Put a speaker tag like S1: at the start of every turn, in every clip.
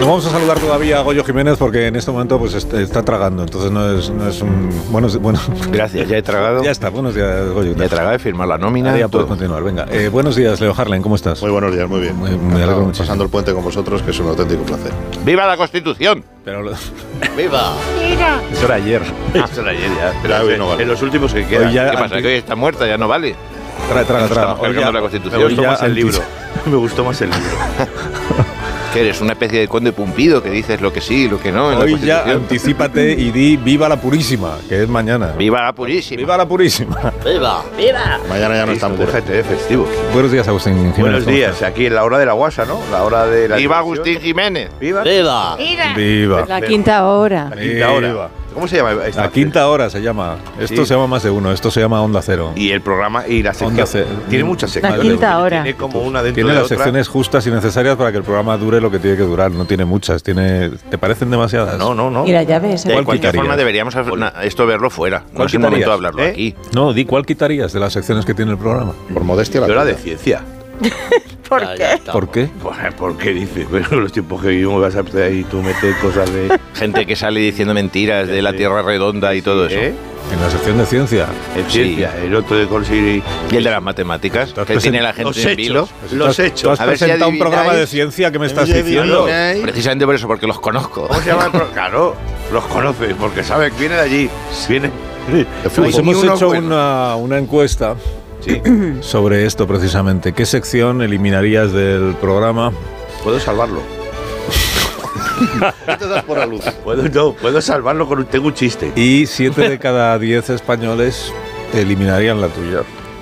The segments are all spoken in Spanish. S1: No vamos a saludar todavía a Goyo Jiménez porque en este momento pues est- está, tragando, entonces no es, no es un... Bueno, es- bueno
S2: Gracias, ya he tragado.
S1: ya está, buenos días Goyo.
S2: Ya he tragado, he firmado la nómina.
S1: Ahora ya puedes
S2: todo.
S1: continuar, venga. Eh, buenos días Leo Harlan, ¿cómo estás?
S3: Muy buenos días, muy bien.
S1: Muy- me alegro
S3: Encantado,
S1: muchísimo.
S3: Pasando el puente con vosotros, que es un auténtico placer.
S2: ¡Viva la Constitución!
S1: Pero lo-
S2: ¡Viva!
S1: eso era ayer.
S2: Eso era ayer ya. ¿eh? Pero
S3: Ya,
S2: es
S3: hoy
S2: en-
S3: no vale.
S2: en los últimos que quedan.
S1: Hoy ya
S2: ¿Qué pasa?
S1: antes-
S2: Que hoy está muerta, ya no vale.
S1: Traga, traga, traga.
S2: Estamos cargando la Constitución.
S1: hoy ya anti-
S4: Me gustó más el libro.
S2: Que eres una especie de conde pumpido que dices lo que sí y lo que no. en la
S1: Hoy ya
S2: Constitución.
S1: anticipate y di viva la purísima, que es mañana.
S2: ¡Viva la purísima!
S1: Viva la purísima.
S3: Mañana ya
S4: Listo,
S3: no están puros.
S2: este,
S4: déjate de festivo.
S1: Buenos días Agustín Jiménez.
S4: Buenos
S1: ¿cómo
S4: días, aquí en la hora de la guasa, ¿no? La hora de la.
S2: ¡Viva
S4: diversión.
S2: Agustín Jiménez!
S4: Viva.
S1: estás? Viva.
S5: La quinta hora.
S4: La quinta
S1: Viva.
S4: hora. ¿Cómo se llama? esta
S1: La quinta hora se llama. Esto
S4: Sí.
S1: se llama más de uno, esto se llama onda cero.
S4: Y el programa y la
S1: Onda
S4: sección.
S1: C-
S4: Tiene muchas
S1: La
S4: secciones.
S5: quinta
S4: Tiene-
S5: hora.
S4: Tiene como una dentro
S1: Tiene
S4: de
S1: las
S4: otra.
S1: secciones justas y necesarias para que el programa dure lo que tiene que durar. No tiene muchas, tiene. ¿Te parecen demasiadas?
S4: No, no, no.
S5: Mira, ya ves.
S2: De
S1: ¿Cuál
S2: cualquier
S1: quitarías?
S2: forma deberíamos hacer- na- esto verlo fuera. No
S1: ¿Cuál
S2: es el momento
S1: quitarías?
S2: de hablarlo
S4: ¿Eh?
S2: aquí.
S1: No, di cuál quitarías de las secciones que tiene el programa.
S3: Por modestia la
S4: Yo la de
S3: quinta.
S4: ciencia.
S1: Ah, ¿Por qué?
S4: Bueno, ¿Por qué dices? Bueno, los tiempos que vivimos vas a ahí tú metes cosas de.
S2: Gente que sale diciendo mentiras de la Tierra redonda y todo eso.
S4: ¿Eh?
S1: En la sección de ciencia.
S4: En ciencia. El otro de conseguir.
S2: Y el de las matemáticas,
S1: Estás
S2: que tiene la
S4: Los
S2: gente en vilo.
S4: hechos. Los
S1: ¿Tú has- ¿Tú
S4: hechos.
S1: has
S2: A ver si
S1: presentado un
S2: adivináis.
S1: programa de ciencia que me estás diciendo?
S2: Precisamente por eso, porque los conozco.
S4: ¿Cómo se llama el pro- Claro, los conoces, porque sabes, que viene de allí. Viene.
S1: Pues
S4: Hay
S1: hemos
S4: ni uno
S1: hecho
S4: bueno.
S1: una, una encuesta sobre esto precisamente. ¿Qué sección eliminarías del programa?
S4: Puedo salvarlo.
S3: No te das por la luz.
S4: Puedo, no, puedo salvarlo con un. Tengo un chiste.
S1: Y 7 de cada 10 españoles eliminarían la tuya.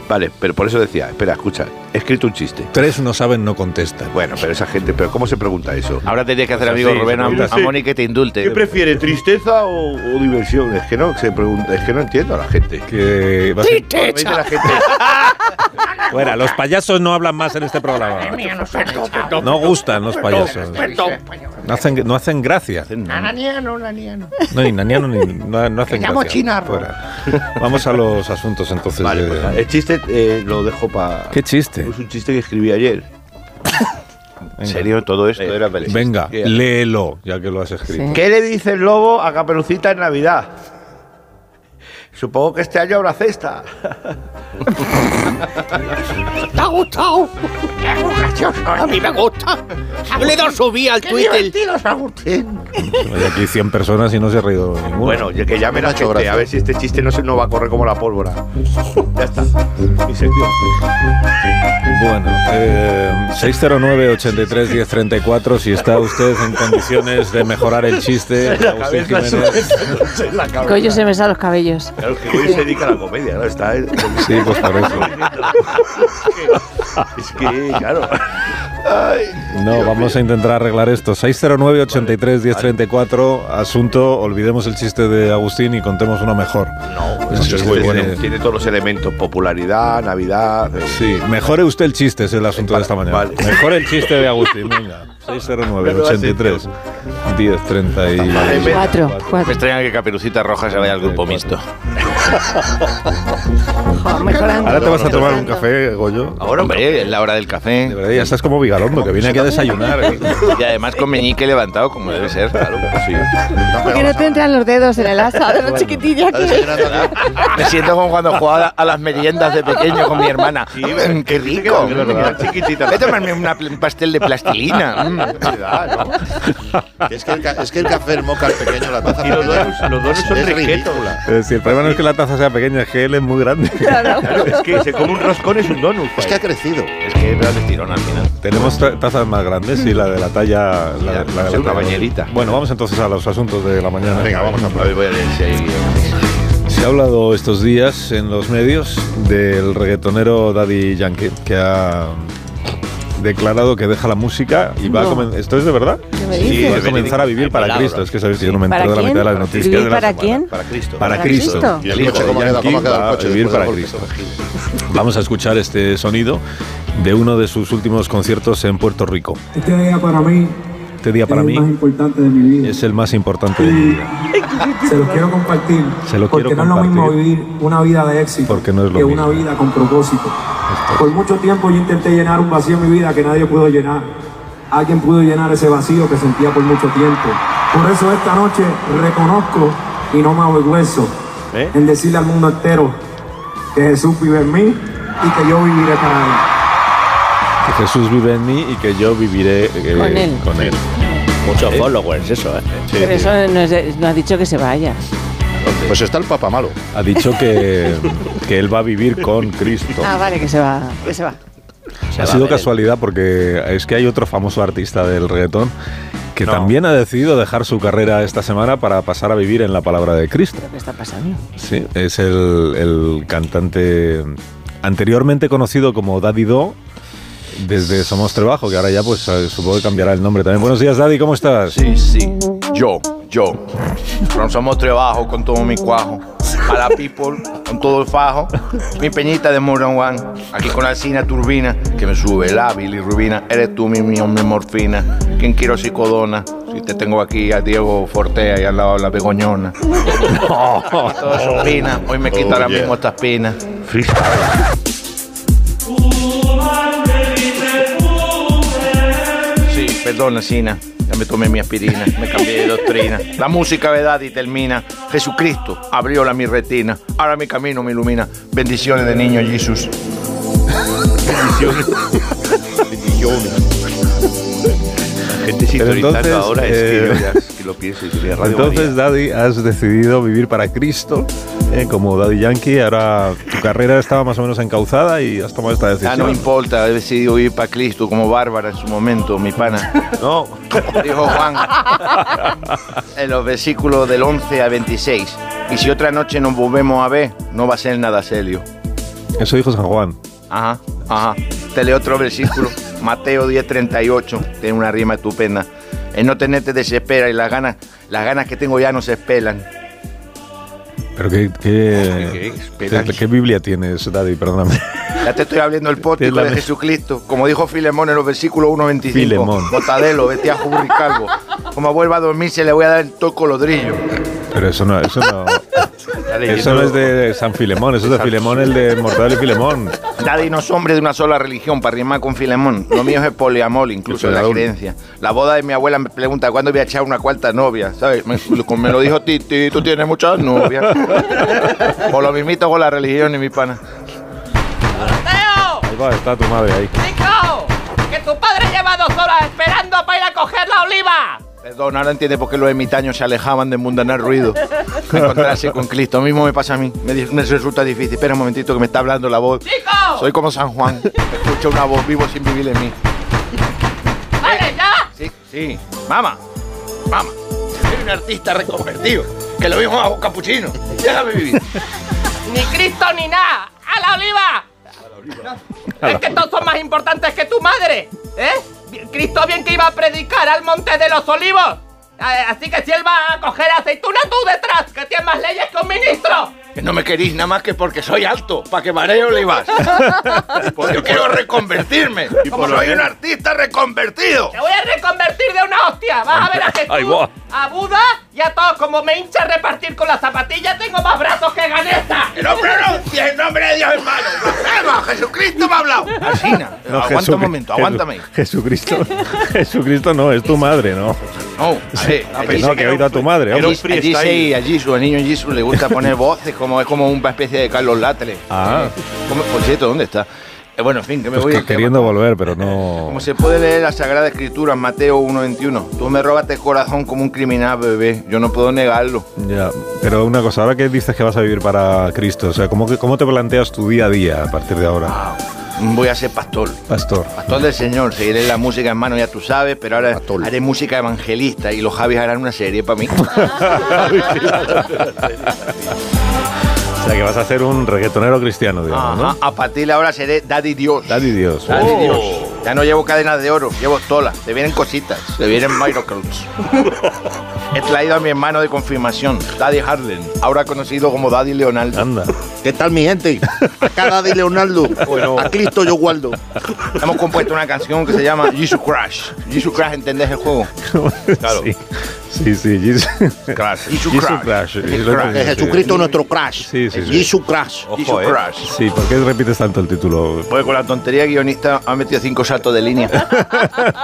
S4: Vale, pero por eso decía, espera, escucha, he escrito un chiste.
S1: Tres no saben, no contestan.
S4: Bueno, pero esa gente, pero ¿cómo se pregunta eso?
S2: Ahora tendrías que hacer,
S1: Pues
S2: amigo
S1: así,
S2: Rubén, a,
S1: mira,
S2: a
S4: sí.
S2: Moni que te
S4: ¿Qué
S2: indulte.
S4: prefiere, tristeza o, o diversión? Es que no, se pregunta, es que no entiendo a la gente.
S1: Que va a ser-
S4: Normalmente la gente
S1: Fuera, los payasos no hablan más en este programa. No gustan los payasos. No hacen, no hacen gracia. No, ni naniano, ni, no, no hacen gracia. Fuera. Vamos a los asuntos entonces.
S4: Vale,
S1: de-
S4: pues nada, el chiste eh, lo dejo para...
S1: Qué chiste.
S4: Es un chiste que escribí ayer.
S2: ¿En serio todo esto?
S4: Eh,
S2: era
S1: Venga, léelo, ya que lo has escrito.
S5: Sí.
S4: ¿Qué le dice el lobo a Caperucita en Navidad? Supongo que este año habrá cesta.
S6: ¿Te ha gustado? A mí me gusta. Yo le he dado subí al Twitter.
S1: Hay aquí 100 personas y no se ha reído ninguno.
S4: Bueno, ya que llame la
S3: Nacho,
S4: gente,
S3: gracias.
S4: a ver si este chiste no, se, no va a correr como la pólvora. ya está. Mi sección.
S1: Bueno, eh, 609-83-1034, si está usted en condiciones de mejorar el chiste, Agustín Jiménez.
S4: en la cabeza.
S5: Coyo se me salen los cabellos.
S4: Claro, que hoy se dedica a la comedia, ¿no? Está el-
S1: Sí, pues por eso.
S4: Es que, claro.
S1: No, vamos a intentar arreglar esto. 609-83-1034, asunto, olvidemos el chiste de Agustín y contemos uno mejor.
S4: No,
S1: es muy bueno.
S4: Tiene todos los elementos: popularidad, Navidad. eh,
S1: Sí, mejore usted el chiste, es el asunto de esta mañana.
S4: Vale.
S1: Mejore el chiste de Agustín, venga. 609-83-1034.
S5: Cuatro,
S2: ¿eh? Me
S5: cuatro.
S2: extraña que Caperucita Roja se vaya al grupo mixto.
S5: Jo, mejorando.
S1: Ahora te vas a tomar un café, Goyo.
S2: Ahora, hombre, es la hora del
S1: De
S2: café.
S1: verdad, ya estás como Vigalondo, que viene aquí a desayunar.
S2: Y además con meñique levantado, como debe ser. Claro, sí.
S5: ¿Por qué no te entran los dedos en el asa de lo chiquitilla
S3: Está
S5: que es?
S3: desayunando aquí.
S2: Me siento como cuando jugaba a las meriendas de pequeño con mi hermana. Mm, ¡Qué rico!
S4: que cuando era chiquitita.
S2: Voy a tomarme una pl- un pastel de plastilina. Mm.
S3: Es que, el ca- es que el café, el moca, el pequeño, la taza
S4: Y los
S3: pequeña,
S4: donos- los donos son
S3: es
S4: riquetos.
S3: ridícula.
S1: Es decir, el problema no es que la taza sea pequeña, es que él es muy grande.
S4: Claro, es que se come un roscón es un donut.
S3: Es que ha crecido.
S2: Es que era el tirón al final.
S1: Tenemos ta- tazas más grandes y la de la talla. La, de- la de
S4: Sí,
S1: la
S4: una
S1: talla.
S4: bañerita.
S1: Bueno, vamos entonces a los asuntos de la mañana.
S3: Venga, vamos a
S4: A ver, voy a leer si hay
S1: Se ha hablado estos días en los medios del reggaetonero Daddy Yankee, que ha declarado que deja la música y va a
S5: No.
S1: comen- ¿Esto es de verdad?
S5: ¿Qué me
S1: Y va a
S5: dices?
S1: comenzar a vivir para
S4: Milagro.
S1: Cristo. Es que sabéis que yo no me
S5: ¿Para
S1: entero de la
S5: quién?
S1: mitad de las noticias.
S5: ¿Vivir
S1: de la
S5: para
S1: semana.
S5: quién?
S4: Para Cristo.
S1: Para
S5: ¿Para
S1: Cristo.
S5: Cristo?
S3: Y el
S1: hijo
S3: coche,
S1: de
S3: ¿cómo ha quedado?
S1: Yankee
S3: ¿Cómo ha quedado el
S1: va a
S3: coche
S1: vivir
S3: después
S1: para
S3: del
S1: Cristo.
S3: golpe?
S1: Vamos a escuchar este sonido de uno de sus últimos conciertos en Puerto Rico.
S7: Este día para mí
S1: Este día para
S7: es
S1: mí
S7: el más importante de mi vida.
S1: es el más importante de mi vida.
S7: Se los quiero compartir.
S1: Se lo
S7: porque
S1: quiero
S7: no es lo mismo
S1: compartir.
S7: vivir una vida de éxito
S1: Porque no es lo
S7: que
S1: mismo.
S7: una vida con propósito. Por mucho tiempo yo intenté llenar un vacío en mi vida que nadie pudo llenar. Alguien pudo llenar ese vacío que sentía por mucho tiempo. Por eso esta noche reconozco y no me avergüenzo
S4: ¿Eh?
S7: en decirle al mundo entero que Jesús vive en mí y que yo viviré para él.
S1: Que Jesús vive en mí y que yo viviré eh,
S5: Con él.
S1: con él.
S4: Muchos followers, eso, ¿eh?
S5: Pero eso no, es- no ha dicho que se vaya.
S3: Pues está el Papa Malo.
S1: Ha dicho que, que él va a vivir con Cristo.
S5: Ah, vale, que se va. Que se va.
S1: Ha sido casualidad porque es que hay otro famoso artista del reggaetón que también ha decidido dejar su carrera esta semana para pasar a vivir en la palabra de Cristo.
S5: ¿Qué está pasando?
S1: Sí, es el, el cantante anteriormente conocido como Daddy Do desde Somos Trabajo, que ahora ya pues eh, supongo que cambiará el nombre también. Buenos días, Daddy, ¿cómo estás?
S2: Sí, sí. Yo, yo. No somos trabajo con todo mi cuajo. Para la people, con todo el fajo. Mi peñita de Moran One. Aquí con la sina turbina. Que me sube la bilirrubina. Eres tú mi millón mi morfina. Quien quiero psicodona. Si te tengo aquí a Diego Fortea y al lado a la begoñona. Todo es espina. Hoy me quita
S3: Oh,
S2: ahora
S3: yeah.
S2: mismo esta espina. Sí, perdona, Sina. Ya me tomé mi aspirina, me cambié de doctrina. La música de Daddy termina. Jesucristo abrió la mi retina. Ahora mi camino me ilumina. Bendiciones de niño Jesús.
S4: Gente sintonizando
S1: entonces,
S4: ahora es que
S1: eh,
S4: yo ya es que lo pienso y diría Radio
S1: Entonces,
S4: María.
S1: Daddy, has decidido vivir para Cristo eh, como Daddy Yankee. Ahora tu carrera estaba más o menos encauzada y has tomado esta
S2: Ya
S1: decisión.
S2: Ah, no me importa, he decidido ir para Cristo como Bárbara en su momento, mi pana.
S1: No.
S2: dijo Juan en los versículos del 11 a 26. Y si otra noche nos volvemos a ver, no va a ser nada serio.
S1: Eso dijo San Juan.
S2: Ajá, ajá. Te leo otro versículo. Mateo 10:38. Tiene una rima estupenda. El no tenerte desespera y las ganas, las ganas que tengo ya no se espelan.
S1: Pero qué, qué,
S4: ¿Qué- qué-
S1: qué- qué Biblia tienes, Daddy, perdóname.
S2: Ya te estoy hablando el
S1: Tienes
S2: pórtico
S1: la
S2: de
S1: me-
S2: Jesucristo. Como dijo Filemón en los versículos 1.25.
S1: Filemón.
S2: Botadelo, vete a jubri calvo. Como vuelva a dormir, se le voy a dar el toco lodrillo.
S1: Pero eso no, eso no,
S4: Está
S1: eso
S4: leyendo-
S1: no es de San Filemón, eso es de Filemón, el de Mortal y Filemón.
S2: Daddy no es hombre de una sola religión para rimar con Filemón. Lo mío es el poliamor, incluso
S3: El
S2: la
S3: poliamor.
S2: creencia. La boda de mi abuela me pregunta cuándo voy a echar una cuarta novia, ¿sabes? Me, me lo dijo Titi, tú tienes muchas novias. O lo mismito con la religión y mi pana.
S1: Ahí va, está tu madre ahí.
S8: ¡Nico! ¡Que tu padre lleva dos horas esperando para ir a coger la oliva!
S2: Perdón, ahora entiende por qué los ermitaños se alejaban del mundanal ruido. Encontrarse con Cristo. Lo mismo me pasa a mí. Me, di- me resulta difícil. Espera un momentito que me está hablando la voz.
S8: ¡Nico!
S2: Soy como San Juan. Escucho una voz vivo sin vivir en mí.
S8: ¡Vale, ya!
S2: Sí, sí. Mama, mama. Soy un artista reconvertido. Que lo mismo hago capuchino. Déjame vivir.
S8: ¡Ni Cristo ni nada! ¡A la oliva! Es que todos son más importantes que tu madre, ¿eh? Cristo bien que iba a predicar al monte de los olivos. A- Así que si él va a coger aceituna, tú detrás, que tienes más leyes que un ministro.
S2: Que no me queréis nada más que porque soy alto, para que mareo le vas. Porque yo quiero reconvertirme. Y
S4: por lo
S2: soy un
S4: menos-
S2: artista reconvertido.
S8: Te voy a reconvertir de una hostia. Vas a ver a
S1: Ahí va.
S8: Jesús, a Buda y a todos. Como me hincha repartir con la zapatilla, tengo más brazos que Ganesa.
S2: Que no pronuncie el nombre de Dios, hermano. ¡Blasfema! ¡Jesucristo me ha hablado! Asina,
S1: No,
S2: aguanta
S1: Jesucri-
S2: un momento,
S1: Jesu-
S2: aguántame.
S1: Jesucristo, Jesucristo no, es tu madre, ¿no?
S2: Ah, No, sí,
S1: Que no, que he oído a tu madre,
S2: Allí,
S1: hombre.
S4: freestyle.
S2: allí sí, allí su, al niño Jesús le gusta poner voces, como es como una especie de Carlos Latre.
S1: Ah.
S2: Como- por cierto, ¿dónde está? Eh, bueno, en fin, que me
S1: Pues
S2: voy
S1: que
S2: del tema.
S1: queriendo volver, pero no.
S2: Como se puede leer en la Sagrada Escritura, en Mateo 1.21, tú me robaste el corazón como un criminal, bebé. Yo no puedo negarlo.
S1: Ya, pero una cosa, ahora que dices que vas a vivir para Cristo, o sea, ¿cómo, que- cómo te planteas tu día a día a partir de ahora,
S2: Voy a ser pastor.
S1: pastor?
S2: Pastor del Señor, seguiré la música, hermano, ya tú sabes, pero ahora
S3: Atol.
S2: haré música evangelista y los Javis harán una serie para mí.
S1: O sea, que vas a ser un reggaetonero cristiano, digamos,
S2: Ajá,
S1: ¿no?
S2: A partir de ahora seré Daddy Dios.
S1: Daddy Dios. Oh.
S2: Daddy Dios. Ya no llevo cadenas de oro, llevo tolas. Le vienen cositas, le vienen microcruz. He traído a mi hermano de confirmación, Daddy Harlan, ahora conocido como Daddy Leonardo.
S1: Anda.
S3: ¿Qué tal mi gente? Acá Daddy Leonardo, a Cristo yo guardo.
S2: Hemos compuesto una canción que se llama Jesus Crash. Jesus Crash, ¿entendés el juego? Claro.
S1: Sí, sí, sí. Jesus,
S2: Crash. Jesus
S1: Jesus
S2: Crash.
S1: Crash.
S2: Jesus
S1: Lo he
S2: Crash.
S3: Que
S1: entendido, sí.
S3: Jesucristo es nuestro crash.
S1: Sí, sí, sí.
S3: Jesus Crash.
S2: Jesus
S4: Ojo, eh.
S2: Crash.
S1: Sí, ¿por qué repites tanto el título?
S2: Porque con la tontería guionista ha metido cinco saltos de línea.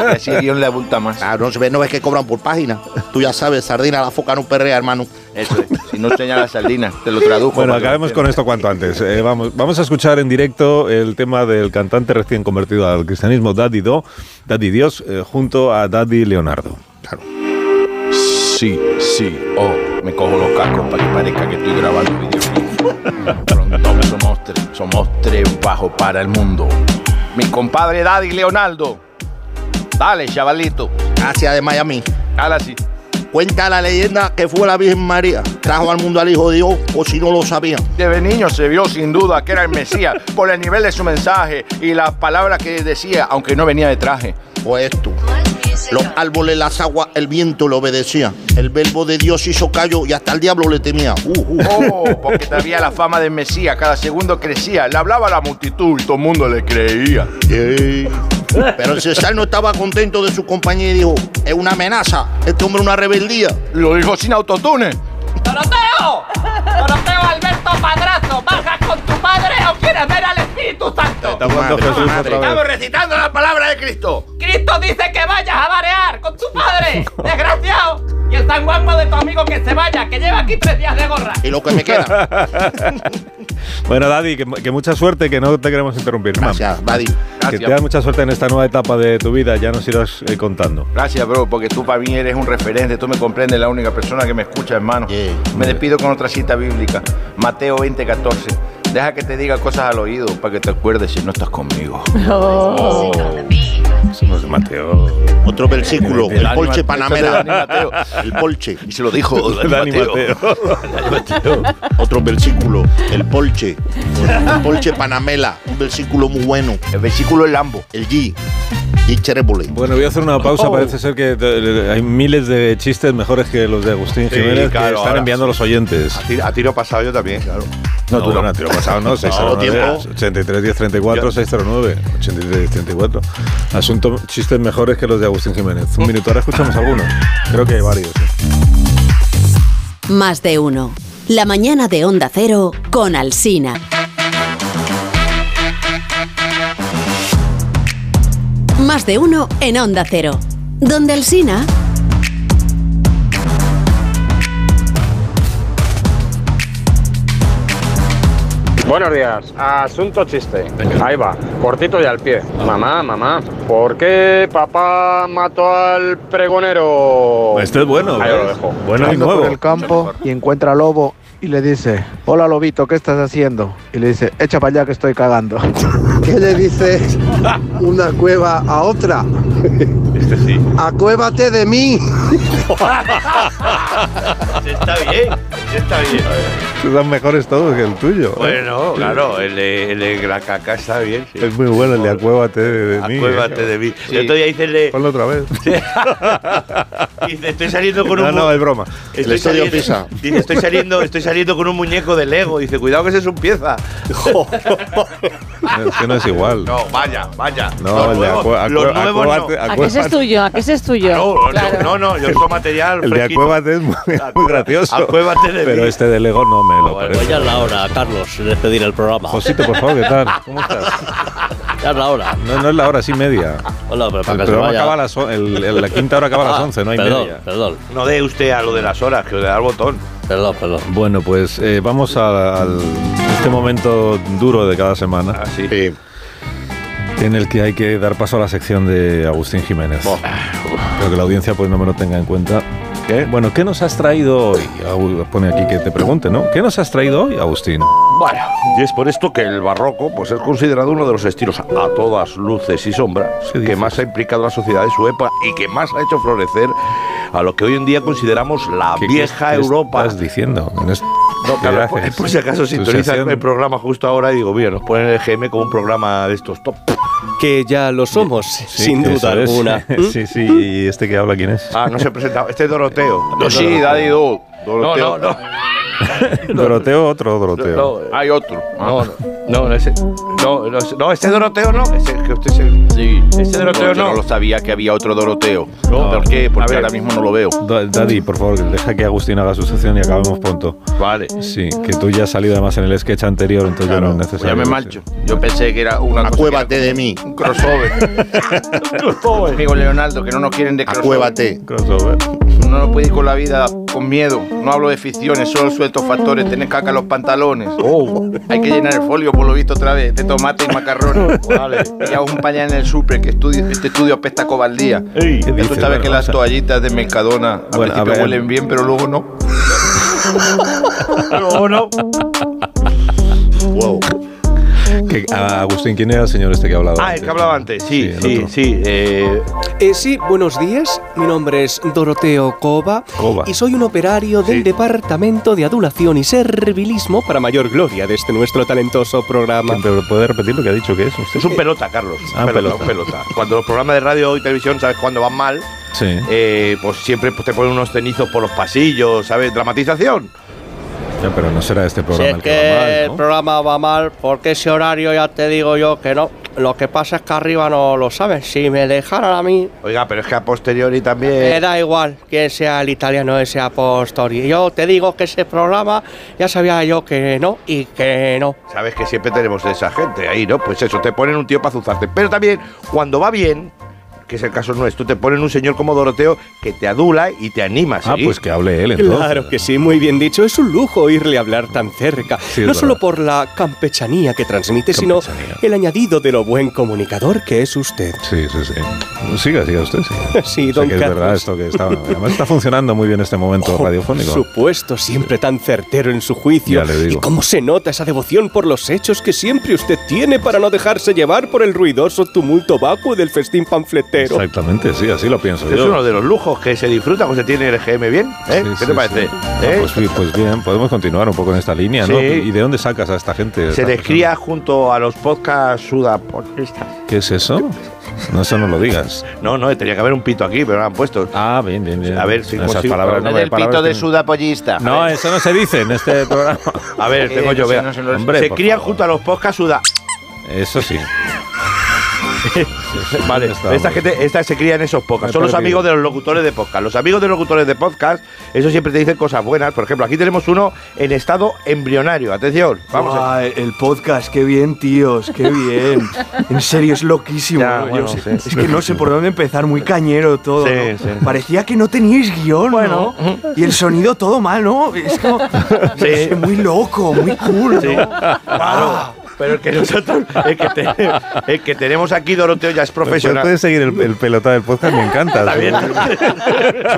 S2: y así el guión le apunta más.
S3: Ah, no, se ve- no ves que cobran por página. Tú ya sabes, sardina la foca no perrea, hermano.
S2: Eso es. Si no señala sardinas, te lo tradujo.
S1: Bueno,
S2: para que
S1: acabemos
S2: lo
S1: con
S2: entiendas.
S1: esto cuanto antes. Eh, vamos, vamos a escuchar en directo el tema del cantante recién convertido al cristianismo, Daddy Do, Daddy Dios, eh, junto a Daddy Leonardo.
S2: Sí, sí, oh, me cojo los cascos para que parezca que estoy grabando un videoclip. Pronto somos tres, somos tres bajos para el mundo. Mi compadre Daddy Leonardo. Dale, chavalito.
S3: Gracias de Miami.
S2: Dale así.
S3: Cuenta la leyenda que fue la Virgen María. Trajo al mundo al Hijo de Dios, por si no lo sabían.
S2: Desde niño se vio sin duda que era el Mesías por el nivel de su mensaje y las palabras que decía, aunque no venía de traje.
S3: Fue esto. Los árboles, las aguas, el viento le obedecían. El verbo de Dios hizo callo y hasta el diablo le temía. Uh, uh.
S2: Oh, porque tenía la fama del Mesías, cada segundo crecía, le hablaba a la multitud y todo el mundo le creía.
S3: Sí. Pero el César no estaba contento de su compañía y dijo, es una amenaza, este hombre es una rebeldía.
S2: Lo dijo sin autotune.
S8: ¡Doroteo! ¡Doroteo Alberto Padrazo! ¿Bajas con tu padre o quieres ver al Espíritu Santo?
S1: hablando
S2: Madre,
S1: Jesús
S2: madre.
S1: otra vez.
S2: Estamos recitando la palabra de Cristo.
S8: Cristo dice que vayas a barear con tu padre, desgraciado. Y el San Juanma de tu amigo que se vaya, que lleva aquí tres días de gorra.
S3: Y lo que me queda.
S1: Bueno, Daddy, que, que mucha suerte, que no te queremos interrumpir. Mam.
S3: Gracias, Daddy.
S1: Que te
S2: Gracias.
S1: da mucha suerte en esta nueva etapa de tu vida, ya nos irás eh, contando.
S2: Gracias, bro, porque tú para mí eres un referente, tú me comprendes, la única persona que me escucha, hermano.
S3: Yeah.
S2: Me despido con otra cita bíblica, Mateo 20, 14. Deja que te diga cosas al oído para que te acuerdes si no estás conmigo.
S5: Oh.
S1: Eso no es de Mateo.
S3: Otro versículo, el
S2: Dani
S3: Polche
S2: Mateo, Dani
S3: Panamera.
S2: Mateo.
S3: El Polche.
S2: Y se lo dijo Dani
S1: Dani
S2: Mateo.
S1: Mateo.
S3: Otro versículo, el Polche. El Polche Panamela. Un versículo muy bueno.
S2: El versículo El Lambo.
S3: El G. G. Cherébole.
S1: Bueno, voy a hacer una
S4: Oh.
S1: pausa. Parece ser que eh, hay miles de chistes mejores que los de Agustín
S4: Sí,
S1: Jiménez que
S4: claro,
S1: están
S4: ahora.
S1: enviando los oyentes.
S4: A tiro, a tiro pasado yo también, claro.
S1: No, tú no, no, te lo he pasado, no. 609,
S3: tiempo.
S1: 83 10 34
S4: Yo-
S1: 609 83 10 34. Asunto, chistes mejores que los de Agustín Jiménez. Un minuto, ahora escuchamos algunos. Creo que hay varios. ¿eh?
S9: Más de uno. La mañana de Onda Cero con Alsina. Más de uno en Onda Cero. Donde Alsina.
S10: Buenos días, asunto chiste. Ahí va, cortito y al pie.
S1: Ah.
S10: Mamá, mamá, ¿por qué papá mató al pregonero?
S1: Este es bueno.
S10: Ahí lo
S1: ¿ves?
S10: dejo.
S1: Bueno y
S11: Ando por
S1: nuevo.
S11: el campo y encuentra al lobo y le dice, hola lobito, ¿qué estás haciendo? Y le dice, echa para allá que estoy cagando. ¿Qué le dices una cueva a otra?
S1: Este sí.
S11: ¡Acuévate de mí!
S4: Está bien, está bien.
S1: Están mejores todos que el tuyo. ¿eh?
S4: Bueno, claro, el de, el de la caca está bien. sí.
S1: Es muy bueno el de acuévate de, mí. ¿eh?
S4: Acuérdate de mí.
S2: Sí.
S4: Entonces ya dice el de-
S1: Ponlo otra vez.
S4: dice, estoy saliendo con
S1: No,
S4: un... mu-
S1: no, es broma.
S4: estoy
S3: El estudio
S4: saliendo-
S3: Pisa.
S4: Dice, estoy saliendo, estoy saliendo con un muñeco de Lego. Dice, cuidado que ese es un pieza.
S1: Es que no es igual.
S4: No, vaya, vaya.
S1: No, el de
S4: nuevos-
S1: acue-
S4: los
S1: acue-
S4: nuevos no.
S1: acuérdate-
S5: ¿A qué ese es
S1: acuérdate-
S5: tuyo? ¿A qué ese es tuyo?
S4: No,
S5: Claro.
S4: no, no, yo uso material
S1: El de
S4: fresquito.
S1: acuévate es muy, muy gracioso.
S4: Acuérdate de
S1: Pero
S4: mí.
S1: este de Lego no me lo parece.
S10: es la hora, Carlos, de despedir el programa.
S1: Josito, por favor, ¿qué tal? ¿Cómo estás?
S10: Ya es la hora.
S1: No, no es la hora, sí media.
S10: Hola, pero
S1: El programa acaba a las on- el- el- la quinta hora acaba a las 11, no hay media.
S10: Ah, perdón,
S4: No dé usted a lo de las horas, que le da al botón.
S10: perdón, perdón.
S1: Bueno, pues eh, vamos a, al- este momento duro de cada
S10: Ah,
S1: semana
S4: Así.
S1: en el que hay que dar paso a la sección de Agustín Jiménez. Creo que la audiencia pues no me lo tenga en cuenta.
S4: ¿Qué?
S1: Bueno, ¿qué nos has traído hoy? Agu- Pone aquí que te pregunte, ¿no? ¿Qué nos has traído hoy, Agustín?
S4: Bueno, y es por esto que el barroco pues, es considerado uno de los estilos a todas luces y sombras
S1: ¿Qué
S4: que
S1: dices?
S4: más ha implicado a la sociedad de su época y que más ha hecho florecer a lo que hoy en día consideramos la
S1: ¿Qué- qué
S4: vieja
S1: est-
S4: Europa.
S1: estás diciendo? No,
S4: No, claro, por, por si acaso sintonizan el programa justo ahora y digo, mira, nos ponen el GM como un programa de estos top.
S12: Que ya lo somos, sin duda
S1: eso es.
S12: alguna.
S1: sí, sí. ¿Y este que habla quién es?
S4: Ah, no se presentaba. Este es Doroteo.
S2: No, sí, Daddy Do. Doroteo.
S4: No, no, no.
S1: Doroteo, otro Doroteo.
S2: Hay otro.
S4: No, no, no, ese, no, no, no, este Doroteo no. Ese, que usted se,
S2: sí.
S4: Este
S2: Yo
S4: Doroteo no.
S2: no lo sabía que había otro Doroteo. ¿Por qué? Porque ahora mismo no lo veo.
S1: Da- Daddy, por favor, deja que Agustín haga su sección y acabemos pronto.
S4: Vale.
S1: Sí, que tú ya has salido además en el sketch anterior, entonces ya no es
S2: pues Ya
S1: necesario.
S2: me marcho. Yo pensé que era una
S3: Acuévate de mí.
S2: Un crossover. Amigo Leonardo, que no nos quieren de crossover.
S3: Acuévate.
S1: Crossover.
S2: Uno no puede ir con la vida con miedo. No hablo de ficciones, solo suelto factores. Tener caca en los pantalones.
S1: Oh.
S2: Hay que llenar el folio, por lo visto, otra vez. De tomate y macarrones. vale. Y hago un pañal en el súper, que estudio- este estudio apesta a cobardía.
S1: Ey,
S2: Ya
S1: ¿qué
S2: tú
S1: dices,
S2: sabes que las
S1: Barbosa?
S2: toallitas de Mercadona al
S1: Bueno, a
S2: principio
S1: ver.
S2: huelen bien, pero luego no.
S1: No, no. wow. Que, ah, Agustín, ¿quién era el señor este que hablaba?
S4: Ah, el que hablaba antes. Sí,
S1: el
S4: sí, sí.
S1: otro.
S4: eh,
S12: Eh, sí, buenos días. Mi nombre es Doroteo Cova
S1: Cova.
S12: y soy un operario del Departamento de Adulación y Servilismo para mayor gloria de este nuestro talentoso programa.
S1: ¿Pero puede repetir lo que ha dicho que es usted?
S4: es un pelota, Carlos.
S1: Ah,
S4: un pelota,
S1: pelota.
S4: un pelota. Cuando los programas de radio y televisión, ¿sabes? Cuando van mal,
S1: Sí.
S4: eh, pues siempre pues, te ponen unos cenizos por los pasillos, ¿sabes? Dramatización.
S1: Ya, pero no será este
S13: Si
S1: programa
S13: es
S1: el
S13: que,
S1: que va mal,
S13: el programa va mal, porque ese horario ya te digo yo que no. Lo que pasa es que arriba no lo saben. Si me dejaran a mí,
S4: Oiga, pero es que a posteriori
S13: me
S4: también.
S13: da igual quién sea el italiano ese Apostoli. Yo te digo que ese programa ya sabía yo que no y que no.
S4: Sabes que siempre tenemos esa gente ahí, ¿no? Pues eso, te ponen un tío para azuzarte. Pero también, cuando va bien, que es el caso nuestro, te ponen un señor como Doroteo que te adula y te anima. a
S1: Ah,
S4: seguir.
S1: pues que hable él entonces.
S12: Claro que sí, muy bien dicho. Es un lujo oírle hablar tan cerca.
S1: es
S12: no
S1: verdad.
S12: solo por la campechanía que transmite, sino el añadido de lo buen comunicador que es usted.
S1: Sí, sí, sí. Siga, siga usted, siga.
S12: Sí,
S1: O sea
S12: don
S1: que es
S12: Carlos.
S1: verdad esto que está. Además está funcionando muy bien este momento
S12: Por
S1: radiofónico.
S12: supuesto, siempre tan certero en su juicio.
S1: Ya le digo.
S12: Y cómo se nota esa devoción por los hechos que siempre usted tiene para no dejarse llevar por el ruidoso tumulto vacuo del festín panfletero.
S1: Exactamente, sí, así lo pienso
S4: Es
S1: yo.
S4: uno de los lujos que se disfruta cuando se tiene el EGM bien. ¿eh? ¿Qué
S1: Sí,
S4: te
S1: sí,
S4: parece? ¿Eh?
S1: sí. Ah, pues, sí, pues bien, podemos continuar un poco en esta línea, ¿no?
S4: Sí.
S1: ¿Y de dónde sacas a esta gente?
S4: se
S1: Esta
S4: les cría junto a los podcasts sudaportistas.
S1: persona. ¿Qué es eso? No, eso no lo digas.
S4: No, no, tenía que haber un pito aquí, pero no lo han puesto.
S1: Ah, bien, bien, bien.
S4: A ver, si
S1: Esas palabras no
S4: no
S1: me-
S2: El pito
S1: palabras
S2: de
S1: tienen-
S2: sudapollista.
S1: No, eso no se dice en este programa.
S4: A ver, tengo
S2: Eh,
S4: yo,
S2: no sé,
S4: vea.
S2: no sé, no sé.
S1: Hombre,
S4: se
S1: por
S4: crían
S1: favor.
S4: junto a los podcasts suda.
S1: Eso sí.
S4: Vale,
S1: está,
S4: estas
S1: hombre.
S4: gente- estas se crían esos podcasts.
S1: Me
S4: Son los
S1: parece
S4: amigos
S1: bien.
S4: de los locutores de podcast. Los amigos de los locutores de podcast, eso siempre te dicen cosas buenas. Por ejemplo, aquí tenemos uno en estado embrionario. Atención, vamos. a-
S14: Ah, el podcast, qué bien, tíos, qué bien. En serio, es loquísimo.
S4: Ya,
S14: Yo
S4: bueno,
S14: sé-
S4: sí.
S14: Es que no sé por dónde empezar, muy cañero todo.
S4: Sí,
S14: ¿no?
S4: sí.
S14: Parecía que no teníais guión, bueno. Y el sonido todo mal, ¿no? Es como. no sé, muy loco, muy cool, ¿no?
S4: Sí. Claro. Pero el que nosotros, el que, te- el que tenemos aquí, Doroteo, ya es profesional.
S1: Puedes seguir el, el pelota del podcast, me encanta.
S4: Está bien.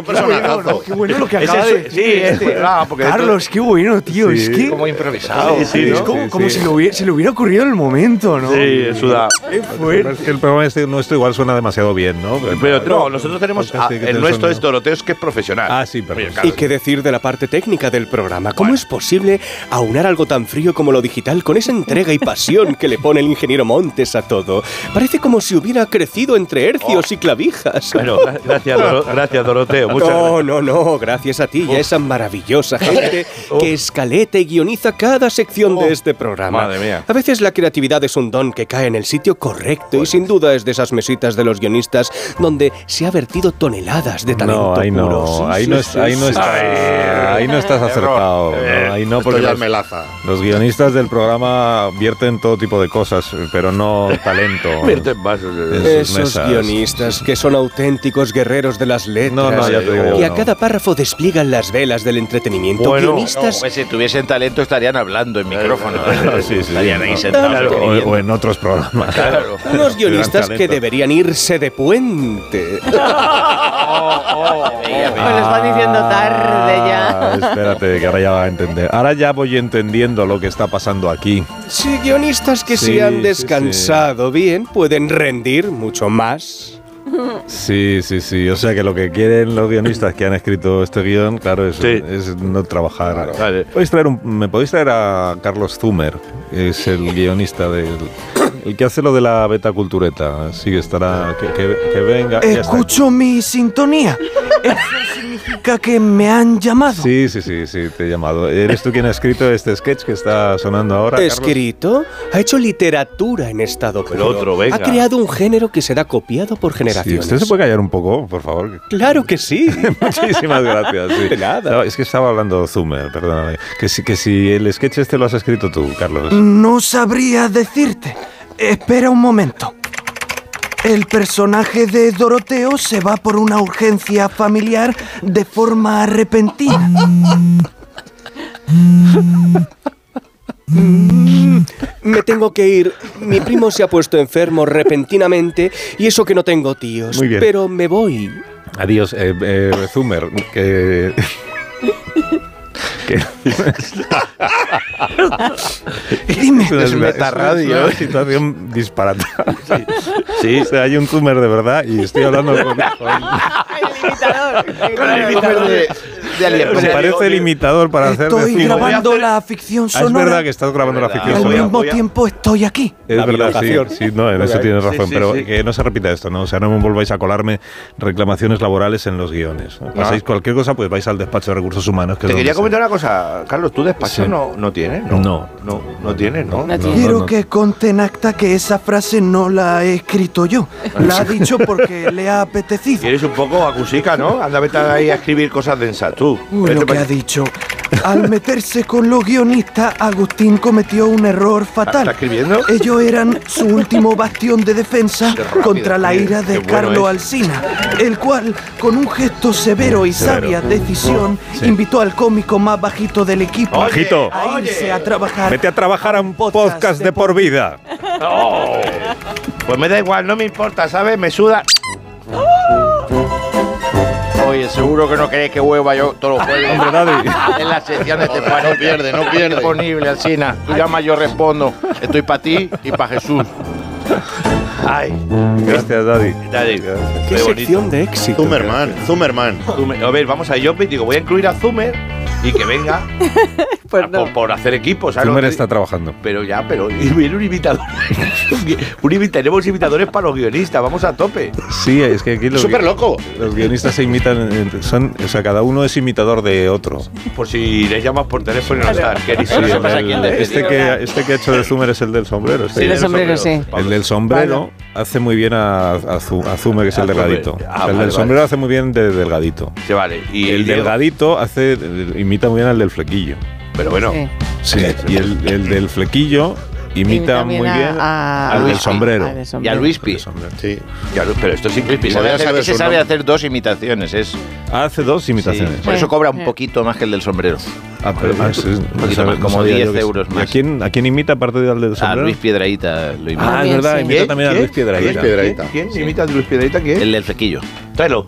S14: Bueno, ¿no? Qué bueno lo que
S4: Ese es-
S14: acaba de decir.
S4: sí, este, claro, porque
S14: Carlos, qué bueno, tío.
S4: Sí.
S14: es que.
S4: Como improvisado.
S14: Es-
S4: Sí, sí,
S14: es
S4: ¿no?
S14: como,
S4: Sí,
S14: como
S4: sí.
S14: si, lo hubiera, si le hubiera ocurrido en el momento, ¿no?
S4: Sí, suda.
S14: Qué fuerte.
S1: El programa este nuestro igual suena demasiado bien, ¿no?
S4: Pero no, nosotros tenemos.
S1: Podcast
S4: ah,
S1: sí que
S4: el
S1: tiene
S4: nuestro
S1: sonido.
S4: es Doroteo, es que es profesional.
S1: Ah, sí, perdón.
S4: Oye,
S12: ¿Y
S4: Carlos,
S12: qué decir de la parte técnica del programa? ¿Cómo es posible aunar algo tan frío como lo digital con esa entrega y pasión que le pone el ingeniero Montes a todo? Parece como si hubiera crecido entre hercios y clavijas.
S4: Bueno, gra- gracias, Doro- gracias, Doroteo. Muchas gracias.
S12: No, no, no, gracias a ti y a esa maravillosa gente que escaleta y guioniza cada sección de este programa.
S4: Madre mía.
S12: A veces la creatividad es un don que cae en el sitio correcto y sin duda es de esas mesitas de los guionistas donde se ha vertido toneladas de talento
S1: No, ahí
S12: puro. Sí,
S1: no, ahí
S12: sí,
S1: no,
S12: sí,
S1: es- ahí no
S12: sí.
S4: eh,
S1: estás, ahí no estás acertado. ¿no? Ahí no,
S3: Esto
S1: porque
S3: ya
S1: los,
S3: es melaza.
S1: los guionistas del programa vierten todo tipo de cosas, pero no talento.
S4: Vierten vasos, eh.
S1: en sus
S12: Esos
S1: mesas.
S12: guionistas que son auténticos guerreros de las letras
S1: No, no, ya te digo yo,
S12: y a
S1: no.
S12: cada párrafo despliegan las velas del entretenimiento. guionistas
S2: pues, si tuviesen talento estarían hablando en micrófono.
S1: Eh,
S4: ¿eh?
S1: Sí, sí,
S2: estarían ahí
S1: no,
S2: sentados.
S1: claro,
S2: escribiendo.
S1: o, o en otros programas.
S2: Claro.
S12: Unos guionistas
S1: Gran
S12: que
S1: talento.
S12: deberían irse de puente.
S2: Oh,
S5: Pues lo estás diciendo tarde
S1: Ah,
S5: ya.
S1: espérate, que ahora ya va a entender. Ahora ya voy entendiendo lo que está pasando aquí.
S12: Sí, guionistas que
S1: Sí,
S12: si
S1: sí,
S12: han descansado bien pueden rendir mucho más.
S1: Sí, sí, sí. O sea que lo que quieren los guionistas que han escrito este guión, claro, es, es no trabajar.
S4: Vale.
S1: ¿Podéis traer un- ¿Me podéis traer a Carlos Zumer? que Es el guionista del, El que hace lo de la beta cultureta. Sí, estará. Que, que- que venga. ya está.
S14: Escucho mi sintonía. Eso significa que me han llamado.
S1: Sí, sí, sí, sí, te he llamado. ¿Eres tú quien ha escrito este sketch que está sonando ahora? Carlos?
S12: Escrito, ha hecho literatura en estado puro.
S1: otro, venga.
S12: Ha creado un género que será copiado por
S1: Sí,
S12: generaciones.
S1: ¿Usted se puede callar un poco, por favor?
S12: Claro que sí.
S1: Muchísimas gracias. sí.
S12: De nada.
S1: No, es que estaba hablando Zumer, perdóname. Que si, que si el sketch este lo has escrito tú, Carlos.
S14: No sabría decirte. Espera un momento. El personaje de Doroteo se va por una urgencia familiar de forma repentina.
S12: Mm, Me tengo que ir. Mi primo se ha puesto enfermo repentinamente y eso que no tengo tíos.
S1: Muy bien.
S12: Pero me voy.
S1: Adiós, eh, eh, Zumer. Que. que-
S14: Dime.
S1: una-
S4: Es metarradio,
S1: es una
S4: ¿eh?
S1: situación disparatada. Sí. o sea, hay un Zumer de verdad y estoy hablando con.
S2: de, de aliento.
S1: Me parece el imitador para hacer. de
S14: Estoy
S1: Zumer.
S14: grabando la ficción
S1: Ah, es verdad
S14: sonora.
S1: que estás grabando la
S14: y
S1: ficción
S14: al
S1: sonora.
S14: mismo tiempo estoy aquí.
S1: Es
S12: La
S1: verdad, sí,
S12: bilocación.
S1: sí, no, en
S12: Ok.
S1: eso tienes
S12: Sí,
S1: razón,
S12: sí,
S1: pero
S12: sí.
S1: que no se repita esto, ¿no? O sea, no me volváis a colarme reclamaciones laborales en los guiones.
S12: Ah.
S1: ¿no? Pasáis cualquier cosa, pues vais al despacho de recursos humanos. Que
S4: Te
S1: es
S4: quería
S1: donde
S4: comentar una cosa, Carlos, tú despacho
S1: Sí.
S4: no, no tienes, ¿no?
S1: No.
S4: No, no tienes, ¿no?
S1: No, no,
S14: Quiero
S1: no.
S14: que conste en acta que esa frase no la he escrito yo. La ha dicho porque le ha apetecido.
S4: Y eres un poco acusica, ¿no? Anda, vete ahí a escribir cosas densas, tú.
S14: Uy,
S4: Vete
S14: lo que
S4: pa-
S14: ha dicho. Al meterse con los guionistas, Agustín cometió un error fatal.
S4: ¿Está escribiendo?
S14: Ellos eran su último bastión de defensa
S4: Qué rápido,
S14: contra la
S4: mira,
S14: ira
S4: qué
S14: de
S4: bueno
S14: Carlos
S4: es.
S14: Alsina, el cual, con un gesto severo y
S1: Severo.
S14: sabia decisión,
S1: Sí.
S14: invitó al cómico más bajito del equipo
S1: Bajito.
S14: a irse a trabajar.
S1: Vete a trabajar a un podcast de por vida.
S4: No. Pues me da igual, no me importa, ¿sabes? Me suda. Oye, seguro que no queréis que vuelva yo todos los jueves.
S1: Hombre, Daddy.
S4: En las secciones de
S3: No, no pierde, no pierde.
S4: Disponible, Alcina. Tú llamas, yo respondo. Estoy para ti y para Jesús. Ay,
S1: Gracias, Daddy.
S4: Daddy.
S12: Qué sección de éxito.
S3: Zumerman, Zumerman.
S4: Zumer. A ver, vamos a yo pues, digo, voy a incluir a Zumer y que venga a- por, por hacer equipo, ¿sabes?
S1: Zumer
S4: Lo que-
S1: está trabajando.
S4: Pero ya, pero y viene un invitador. un invitador, tenemos invitadores para los guionistas, vamos a tope.
S1: Sí, es que aquí los,
S3: Súper
S1: gui-
S3: loco.
S1: los guionistas se imitan, en- son, o sea, cada uno es imitador de otro.
S4: Por si les llamas por teléfono y no están. Que ni
S1: Sí,
S4: se
S1: el
S4: pasa
S1: del-
S4: quién le-
S1: este, que, este que ha hecho de Zumer es el del sombrero. este.
S5: Sí, del sombrero, sí.
S1: El del sombrero hace muy bien a, a, Zu- a Zumer, que es el
S4: A Zumer.
S1: delgadito.
S4: Ah,
S1: O sea,
S4: vale,
S1: el del
S4: vale.
S1: sombrero hace muy bien de delgadito.
S4: Sí, vale. Y
S1: el
S4: Diego-
S1: delgadito hace, imita muy bien al del flequillo.
S4: Pero bueno.
S5: Sí.
S1: Sí. Y el, el del flequillo imita
S5: Imita
S1: muy
S5: bien
S1: bien
S5: a- a-
S1: al del
S5: Luispi.
S1: sombrero.
S5: Al del sombrero.
S4: Y a Luis Pi.
S3: Sí.
S4: Y a Luis- Pero esto es sin Luis Pi.
S3: Podría
S4: Sabe hacer,
S3: saber
S4: ese
S3: su
S4: sabe
S3: nombre.
S4: hacer dos imitaciones. Es,
S1: Ah, Hace dos imitaciones.
S4: Por eso cobra un
S5: Sí.
S4: poquito más que el del sombrero.
S1: Ah, pero más, es-
S4: Un poquito
S1: o sea,
S4: más,
S1: no
S4: como
S1: sabía
S4: 10
S1: yo que-
S4: euros
S1: ¿Y
S4: más.
S1: ¿A quién, a quién imita aparte del del
S4: A
S1: sombrero?
S4: Luis Piedraíta lo imita.
S1: Ah, es
S5: También,
S1: verdad,
S5: sí.
S1: imita también a Luis Piedrahita.
S3: Luis Piedrahita.
S4: ¿Quién imita a Luis Piedraíta? ¿Quién? El del flequillo. Tráelo.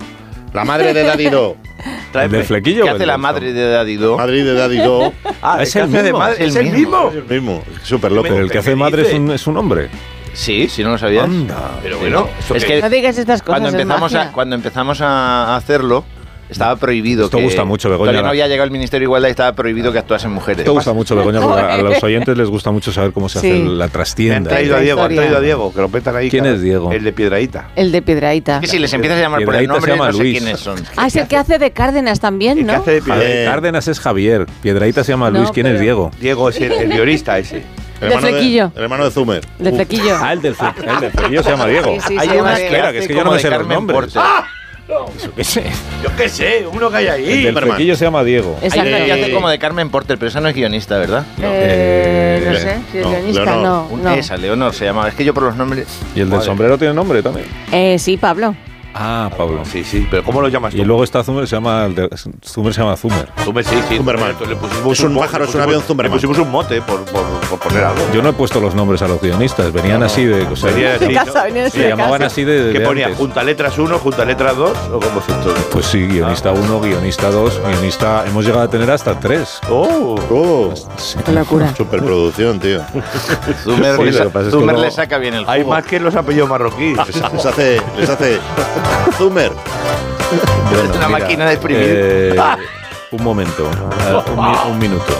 S3: La madre de Daddy Do.
S4: Tráeme.
S1: del flequillo
S4: ¿Qué
S1: o el
S4: hace la
S1: del
S4: madre de Dadido?
S3: Madrid de Daddy Do.
S4: Ah,
S1: ¿es
S4: ¿qué
S1: el
S4: hace de
S1: mismo?
S4: madre?
S1: ¿Es
S4: ¿Es el mismo?
S3: Es el mismo. Súper loco.
S1: Pero el que hace
S4: ¿Qué
S1: madre es
S4: dice?
S1: un, es un hombre.
S4: Sí, si no lo sabías.
S1: Anda.
S4: Pero bueno,
S5: ¿esto
S4: es
S5: qué?
S4: que
S5: Ah, No digas estas cosas,
S4: Cuando
S5: es
S4: empezamos, a,
S5: magia.
S4: cuando empezamos a hacerlo, estaba prohibido.
S1: Esto
S4: que-
S1: gusta mucho, Begoña.
S4: Todavía no había llegado el Ministerio de Igualdad y estaba prohibido que actuasen mujeres.
S1: Te gusta mucho, Begoña, porque a a los oyentes les gusta mucho saber cómo se hace
S5: Sí.
S1: la
S4: Me han
S1: trastienda.
S4: traído a
S5: Esta
S4: Diego, han
S5: historia.
S4: traído a Diego, que lo petan ahí.
S1: ¿Quién
S4: cara.
S1: es Diego?
S4: El de Piedraíta.
S5: El de Piedraíta.
S4: Que si les empiezas a llamar por el
S1: Piedrahita se
S4: nombre,
S1: llama
S4: no sé
S1: Luis.
S4: quiénes son.
S5: Ah, es el que hace de Cárdenas también,
S4: El que
S5: ¿no?
S4: hace de
S1: Javier
S4: Piedrahita.
S3: Eh,
S1: Cárdenas es Javier. Piedraíta se llama
S5: No,
S1: Luis. ¿Quién es
S5: pero-
S1: Diego?
S4: Diego es el, el guionista ese.
S3: El
S5: De
S3: hermano
S5: flequillo.
S3: El hermano de Zumer.
S5: De
S3: Uh,
S5: flequillo.
S1: Ah, el del fle- el del flequillo se llama Diego.
S5: Sí, sí,
S4: Hay
S5: se llama
S4: unas que
S5: Diego.
S1: Espera,
S4: hace
S1: que es que yo
S4: como
S1: no me
S4: de
S1: sé los
S4: Carmen
S1: nombres. Ah,
S4: Porter.
S1: Yo qué sé.
S4: Yo qué sé, uno que hay
S1: El
S4: ahí.
S1: del
S3: Superman.
S1: flequillo se llama Diego.
S5: Es-
S4: Hay uno que
S5: Exacto.
S4: hace como de Carmen Porter, pero esa no es guionista, ¿verdad?
S5: Eh, no
S3: Eh,
S5: sé, si es
S3: no,
S5: guionista,
S3: Leonor.
S5: no. no.
S4: Esa, Leonor se llamaba. Es que yo por los nombres.
S1: Y el del
S4: Madre.
S1: sombrero tiene nombre también.
S5: Eh, sí, Pablo.
S1: Ah, Pablo.
S4: Sí, sí, pero ¿cómo lo llamas
S1: Y
S4: tú?
S1: luego está Zumer, se llama, el de- Zumer se llama Zumer.
S4: Zumer, sí, sí.
S3: Zumberman.
S4: Le pusimos
S3: Es un
S4: mo-
S3: pájaro,
S4: le
S3: es un
S4: pusimos-
S3: avión, Zumberman.
S4: Le pusimos un mote por, por, por poner algo.
S1: Yo no he puesto los nombres a los guionistas, venían así de... o sea,
S4: Sería así,
S5: De casa,
S4: ¿no?
S5: venía
S1: se
S5: de
S1: llamaban
S5: casa.
S1: así de... de
S4: ¿Qué ponía?
S1: antes.
S4: ¿Junta letras 1, junta letras 2 o cómo se todo?
S1: Pues sí,
S4: Ah.
S1: guionista 1, guionista 2, guionista... Hemos llegado a tener hasta 3.
S4: ¡Oh!
S3: Oh,
S5: Qué locura.
S3: superproducción, tío.
S4: Zumer,
S1: Sí,
S4: le,
S1: Pues, lo
S4: sa-
S1: que pasa es que
S4: Zumer
S1: luego-
S4: le saca bien el jugo.
S12: Hay más
S4: que los apellidos marroquíes.
S3: Les, les hace. Les hace. Zumer.
S4: es una máquina de exprimir.
S1: Eh, un momento, eh, un, mi- un minuto.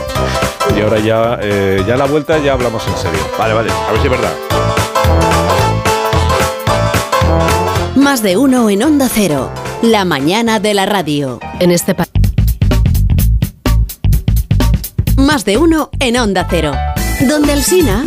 S1: Y ahora ya, eh, ya a la vuelta ya hablamos en serio.
S4: Vale, vale.
S3: A ver si es verdad.
S9: Más de uno en Onda Cero. La mañana de la radio. En este país. Más de uno en Onda Cero. Donde el Sina.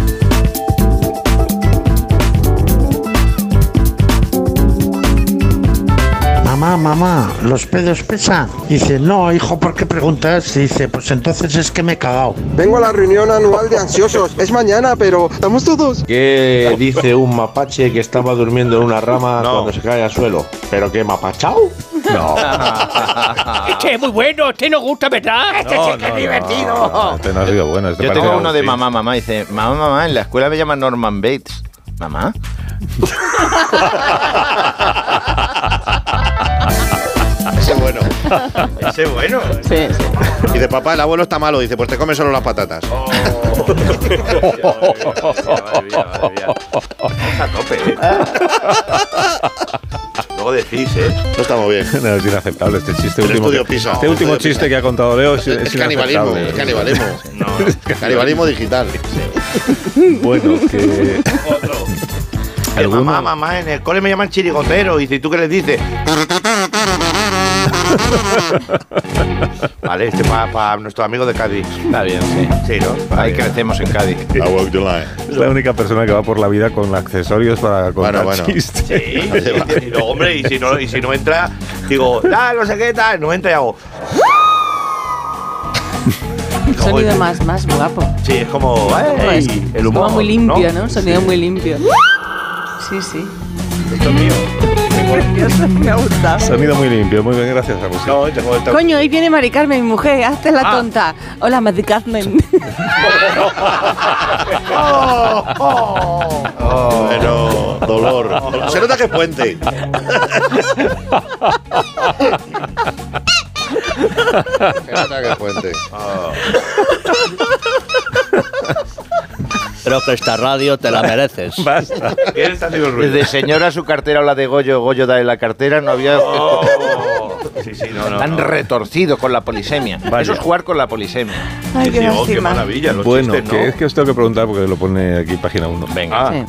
S15: Mamá, mamá, ¿los pedos pesan? Dice, no, hijo, ¿por qué preguntas? Dice, pues entonces es que me he cagado.
S16: Vengo a la reunión anual de ansiosos. Es mañana, pero estamos todos.
S17: ¿Qué dice un mapache que estaba durmiendo en una rama cuando se cae al suelo? ¿Pero qué mapachao? No.
S6: Este es muy bueno, este nos gusta, ¿verdad? Este
S1: No,
S6: sí que
S1: no,
S6: es divertido.
S1: Este no ha sido bueno. Este
S2: Yo
S1: parece
S2: tengo uno de
S1: Agustín.
S2: mamá, mamá. Dice, mamá, mamá, en la escuela me llaman Norman Bates. ¿Mamá?
S4: Ese bueno.
S2: Ese bueno.
S4: Sí,
S18: Dice, papá, el abuelo está malo. Dice, pues te comes solo las patatas.
S4: Oh. A tope, ¿eh? Luego decís, ¿eh?
S18: No estamos bien.
S1: No, es inaceptable este chiste
S18: El
S1: último.
S18: estudio
S1: que-
S18: Pisa.
S1: Este
S18: El
S1: último
S18: estudio
S1: chiste que ha contado Leo es,
S18: Es
S1: es
S18: canibalismo,
S1: inaceptable.
S18: es canibalismo. Canibalismo digital.
S1: Bueno, que.
S4: Eh, Mamá, mamá, en el cole me llaman chirigotero. Y si tú qué les dices. vale, este para nuestro amigo de Cádiz.
S2: Está bien, sí.
S4: Sí, ¿no?
S2: Ahí crecemos en Cádiz.
S1: Es la única persona que va por la vida con accesorios para contar
S4: bueno.
S1: chistes.
S4: Sí, y luego, hombre, y si no, y si no entra, digo, tal, no sé qué, tal, no entra y hago.
S5: Un sonido más, más guapo.
S4: Sí, es como. ¡Ey!
S5: Es-
S4: el
S5: es
S4: humor.
S5: como muy limpio, ¿no? Un sonido
S4: Sí.
S5: muy limpio. Sí, sí.
S4: Esto es mío.
S5: me ha gustado.
S1: Sonido muy limpio, muy bien, gracias, Agustín.
S4: No, tengo esta-
S5: Coño, ahí viene Mari Carmen, mi mujer, hazte la
S4: Ah.
S5: tonta. Hola, Mari Carmen.
S6: Oh.
S4: Oh.
S18: Bueno, dolor. Se nota que es puente. Se nota que es puente.
S3: Ah.
S13: Creo que esta radio te la mereces.
S1: Basta.
S2: Desde señora su cartera o la de Goyo, Goyo da en la cartera, no había.
S4: Oh. Sí, sí, no, no.
S2: Tan retorcido con la polisemia. Eso es jugar con la polisemia.
S5: Ay,
S4: oh,
S5: qué lástima.
S1: bueno, que es que os tengo que preguntar porque lo pone aquí página 1. Venga.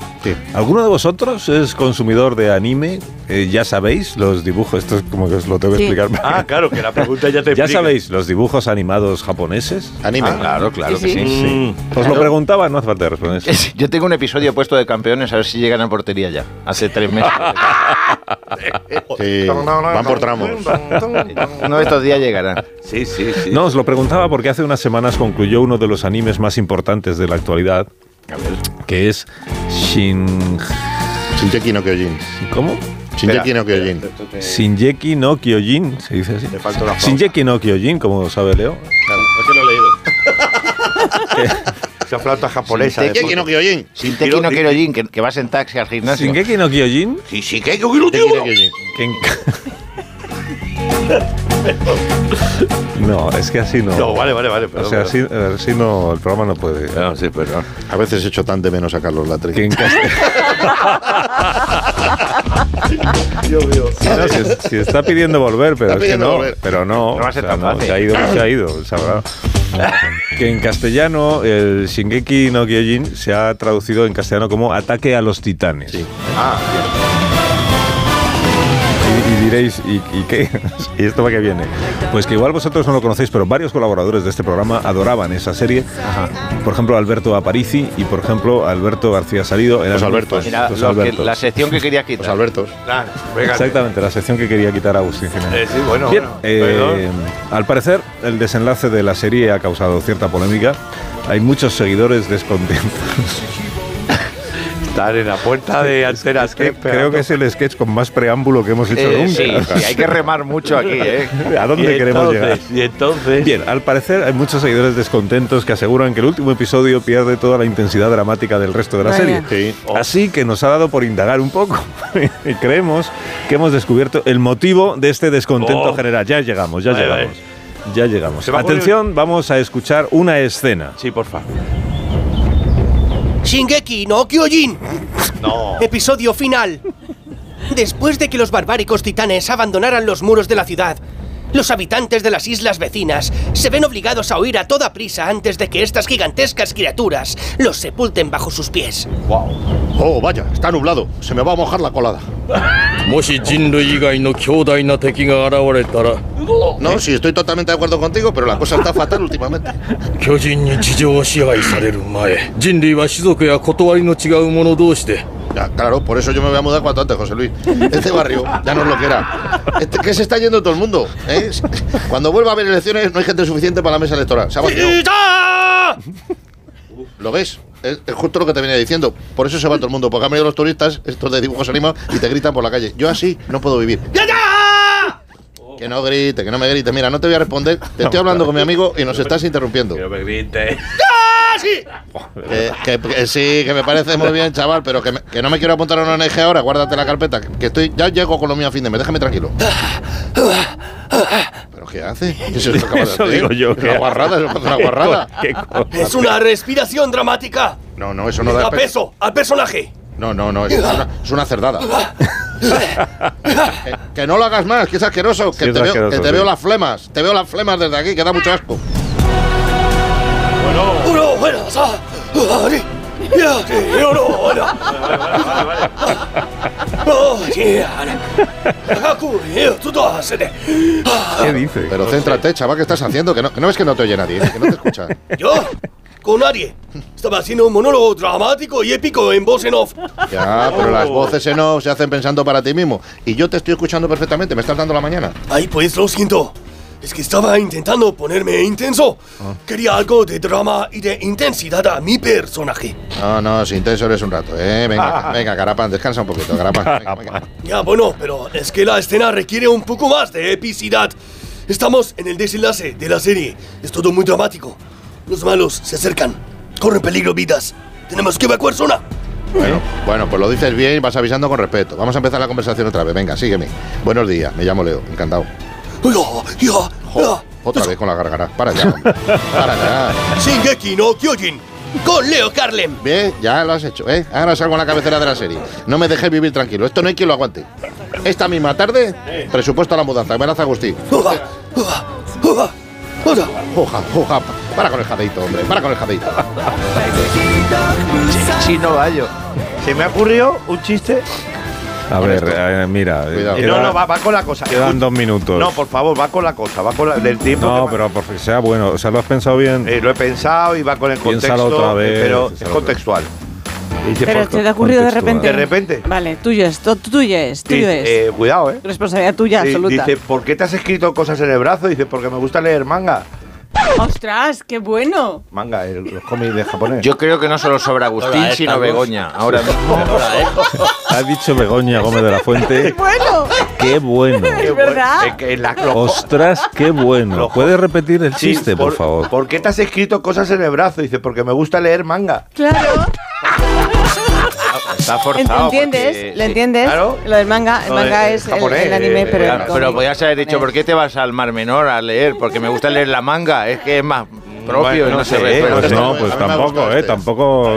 S1: ¿Alguno de vosotros es consumidor de anime? Eh, ya sabéis, los dibujos, esto es como que os lo tengo que
S4: Sí.
S1: explicar.
S4: Ah, claro, que la pregunta ya te
S1: Ya
S4: explica.
S1: sabéis, los dibujos animados japoneses.
S18: Anime.
S1: Ah, claro, claro
S2: Sí,
S1: que sí.
S2: sí.
S1: sí.
S2: Mm.
S1: Os lo
S2: Claro.
S1: preguntaba, no hace falta responder.
S2: Yo tengo un episodio puesto de campeones, a ver si llegan a portería ya. Hace tres meses.
S18: Sí, van por tramos.
S2: Uno de estos días llegará.
S4: Sí, sí, sí.
S1: No, os lo preguntaba porque hace unas semanas concluyó uno de los animes más importantes de la actualidad, que es Shin...
S18: Shinjeki no Kyojin.
S1: ¿Cómo?
S18: Shinjeki no Kyojin.
S1: Shinjeki no Kyojin, se dice así.
S18: falta una pausa.
S1: Shinjeki no Kyojin, como sabe Leo.
S4: Es que lo he leído. Esa flauta japonesa. de
S18: Shinjeki
S4: puta.
S18: no Kyojin.
S2: Shinteki no Kyojin, que, que vas en taxi al gimnasio.
S1: Shingeki no Kyojin.
S2: Sí, sí, que no Kyojin.
S1: Que en- No, es que así no.
S4: No, vale, vale, vale.
S1: O
S4: perdón,
S1: sea,
S4: perdón. Ah,
S1: así, así no, el programa no puede.
S4: sí, perdón.
S18: A veces echo tan de menos a Carlos Latre.
S1: Que en cast- No, si, si está pidiendo volver, pero
S18: Está
S1: es
S18: pidiendo
S1: que no.
S18: volver.
S1: Pero no.
S4: No va a ser
S1: o sea,
S4: tan
S1: no,
S4: fácil.
S1: se ha ido, se ha ido. sabrá. Que en castellano, el Shingeki no Kyojin se ha traducido en castellano como ataque a los titanes.
S4: Ah,
S1: Y, y diréis, ¿y, y qué? ¿Y esto para qué viene? Pues que igual vosotros no lo conocéis, pero varios colaboradores de este programa adoraban esa serie. Por ejemplo, Alberto Aparici y, por ejemplo, Alberto García Salido. Eran
S18: Los Albertos.
S2: Era
S1: los
S2: lo que-
S1: Albertos.
S2: la sección que quería quitar.
S18: Los Albertos.
S4: claro. Venga.
S1: Exactamente, la sección que quería quitar Agustín Jiménez.
S4: Eh, sí, bueno,
S1: Bien,
S4: bueno.
S1: eh,
S4: Perdón.
S1: al parecer, el desenlace de la serie ha causado cierta polémica. Hay muchos seguidores descontentos.
S4: Estar en la puerta de Antena
S1: Que creo que es el sketch con más preámbulo que hemos hecho
S4: Eh,
S1: nunca.
S4: sí, sí, hay que remar mucho aquí, ¿eh?
S1: ¿A dónde
S4: Y
S1: queremos llegar?
S4: entonces, Y entonces.
S1: Bien, al parecer hay muchos seguidores descontentos que aseguran que el último episodio pierde toda la intensidad dramática del resto de la
S5: Vaya.
S1: serie. Así que nos ha dado por indagar un poco y creemos que hemos descubierto el motivo de este descontento
S4: Oh.
S1: general. Ya llegamos, ya
S4: Vale,
S1: llegamos. Ya llegamos.
S4: Se va a poner-
S1: Atención, vamos a escuchar una escena.
S4: Sí, por favor.
S13: Shingeki no Kyojin.
S4: No.
S13: Episodio final. Después de que los barbáricos titanes abandonaran los muros de la ciudad, Los habitantes de las islas vecinas se ven obligados a huir a toda prisa antes de que estas gigantescas criaturas los sepulten bajo sus pies.
S12: Wow. Oh, vaya, está nublado. Se me va a mojar la colada.
S3: No, sí, estoy totalmente de acuerdo contigo, pero la cosa está fatal últimamente.
S19: 巨人に地上を支配される前人類は種族や断りの違う者同士で
S3: Ya, claro, por eso yo me voy a mudar cuanto antes, José Luis. Este barrio ya no es lo que era. Este, ¿Qué se está yendo todo el mundo? eh? Cuando vuelva a haber elecciones no hay gente suficiente para la mesa electoral. Se ha vaciado. ¿Lo ves? Es, es justo lo que te venía diciendo. Por eso se va todo el mundo, porque han venido los turistas, estos de dibujos animados, y te gritan por la calle. Yo así no puedo vivir. Que no grite, que no me grite. Mira, no te voy a responder. Te estoy hablando con mi amigo y nos estás interrumpiendo. Que no me grite. Que, que sí, que me parece muy bien, chaval, pero que, me- que no me quiero apuntar a una ONG ahora. Guárdate la carpeta. Que, que estoy, ya llego con lo mío a fin de mes. Déjame tranquilo. ¿Pero qué hace? ¿Qué es esto que acabas de
S1: Eso
S3: hacer?
S1: digo yo,
S3: Es
S1: ¿qué
S3: Una
S1: hace?
S3: guarrada, eso parece una guarrada.
S1: Qué co-
S13: Es una respiración dramática.
S3: No, no, eso no
S13: Le
S3: da
S13: da
S3: pe-
S13: peso al personaje.
S3: No, no, no, eso es una, es una cerdada. que, que no lo hagas más, que es asqueroso. Que,
S1: Sí, es
S3: te, veo,
S1: asqueroso,
S3: que te
S1: sí.
S3: veo las flemas. Te veo las flemas desde aquí, que da mucho asco.
S13: Uno, buenas, ah, ah, sí, ya, sí, uno, buena. Oh, sí, ahora. Haku, eh, tú todo haces de- Ah,
S3: ¿Qué dices? Pero céntrate, chaval, ¿qué estás haciendo? Que no, que no ves que no te oye nadie, que no te escucha.
S13: Yo, con nadie. Estaba haciendo un monólogo dramático y épico en voz en off.
S3: Ya, pero las voces en off se hacen pensando para ti mismo. Y yo te estoy escuchando perfectamente, me estás dando la mañana.
S13: Ay, pues lo siento. Es que estaba intentando ponerme intenso. Quería algo de drama y de intensidad a mi personaje.
S3: No, no, sin intenso eres un rato, ¿eh? Venga, venga, carapán, descansa un poquito, carapán. Venga, venga.
S13: Ya, bueno, pero es que la escena requiere un poco más de epicidad. Estamos en el desenlace de la serie. Es todo muy dramático. Los malos se acercan. Corren peligro vidas. Tenemos que evacuar zona.
S3: Bueno, bueno, pues lo dices bien y vas avisando con respeto. Vamos a empezar la conversación otra vez, venga, sígueme. Buenos días, me llamo Leo, encantado.
S13: Yo, yo, yo.
S3: Otra vez con la gargara, para ya, hombre. Oh, para ya.
S13: Shingeki no Kyojin. Con Leo Carlem.
S3: Bien, ya lo has hecho, ¿eh? Ahora salgo en la cabecera de la serie. No me dejes vivir tranquilo, esto no hay quien lo aguante. Esta misma tarde, presupuesto a la mudanza, amenaza a Agustín. Oja, oja, para con el jadeito, hombre, para con el jadeito.
S4: Chino Bayo. Se me ha ocurrido un chiste.
S1: A ver, eh, mira.
S4: No, no, va, va con la cosa.
S1: Quedan dos minutos.
S4: No, por favor, va con la cosa, va con la, del tiempo.
S1: No, pero por fin sea bueno. O sea, lo has pensado bien.
S4: Eh, lo he pensado y va con el
S1: Piénsalo
S4: contexto.
S1: otra vez,
S4: pero es
S1: piénsalo
S4: contextual.
S5: Pero te ha ocurrido de repente.
S4: De repente.
S5: Vale, tuyo es, to- tuyo es, tuyo
S4: Dice,
S5: es.
S4: eh, cuidado, ¿eh?
S5: Responsabilidad tuya
S4: Sí,
S5: absoluta.
S4: Dice, ¿por qué te has escrito cosas en el brazo? Dice, porque me gusta leer manga.
S5: ¡Ostras, qué bueno!
S4: Manga, el- los cómics de japonés.
S2: Yo creo que no solo sobra
S4: Agustín, sino Begoña, ahora mismo.
S1: Ha dicho Begoña Gómez de la Fuente.
S5: ¡Bueno!
S1: ¡Qué bueno!
S5: Es verdad.
S1: ¡Ostras, qué bueno! ¿Puedes repetir el
S4: Sí,
S1: chiste, por favor?
S4: ¿Por qué te has escrito cosas en el brazo? Dice, porque me gusta leer manga.
S5: Claro.
S2: Está
S5: Ent- ¿Entiendes? ¿Lo entiendes? Lo del manga. El
S2: No,
S5: manga
S2: eh,
S5: es el- el, anime, pero. el cómic.
S2: pero podías haber dicho, ¿por qué te vas al Mar Menor a leer? Porque me gusta leer la manga, es que es más propio,
S1: Bueno,
S2: no sé.
S1: eh,
S2: pero-
S1: pues no, pues tampoco, ¿eh? Tampoco.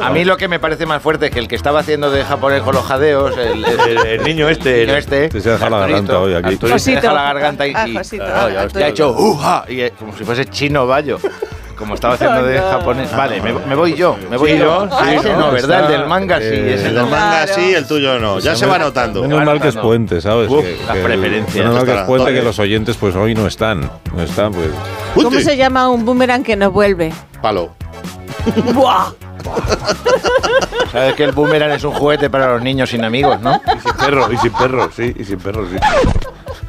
S2: A mí lo que me parece más fuerte es que el que estaba haciendo de japonés con los jadeos, el,
S4: El- el niño este,
S2: el niño
S4: el-
S2: este,
S1: Te se deja la
S2: Arturito,
S1: garganta hoy aquí.
S2: Arturito se deja
S5: Josito.
S2: la garganta y,
S5: Ah,
S2: y-
S5: Josito,
S2: claro, ya-
S5: Arturo.
S2: ya ha hecho "Uja", y, eh, como si fuese chino bayo. Como estaba haciendo de
S5: Oh, no.
S2: japonés. Vale, me, me voy yo. Me voy
S12: Sí,
S2: yo.
S12: ¿no?
S2: Ah,
S12: Sí,
S2: ese
S12: ¿no?
S2: no, ¿verdad?
S12: Está,
S2: el del manga sí.
S12: eh,
S2: ese
S12: el
S2: no.
S12: del manga Claro. sí, el tuyo no. Ya se va notando.
S1: Menos mal que es puente, ¿sabes?
S12: Uf,
S1: Que-
S12: las
S1: que-
S12: preferencias.
S1: Menos mal que es
S12: Estará.
S1: puente que los oyentes, pues hoy no están. No están, pues.
S5: ¿Cómo se llama un boomerang que no vuelve?
S3: Palo.
S5: ¡Buah!
S2: Sabes que el boomerang es un juguete para los niños sin amigos, ¿no?
S4: Y sin perros, y sin perros, sí, y sin perros, sí.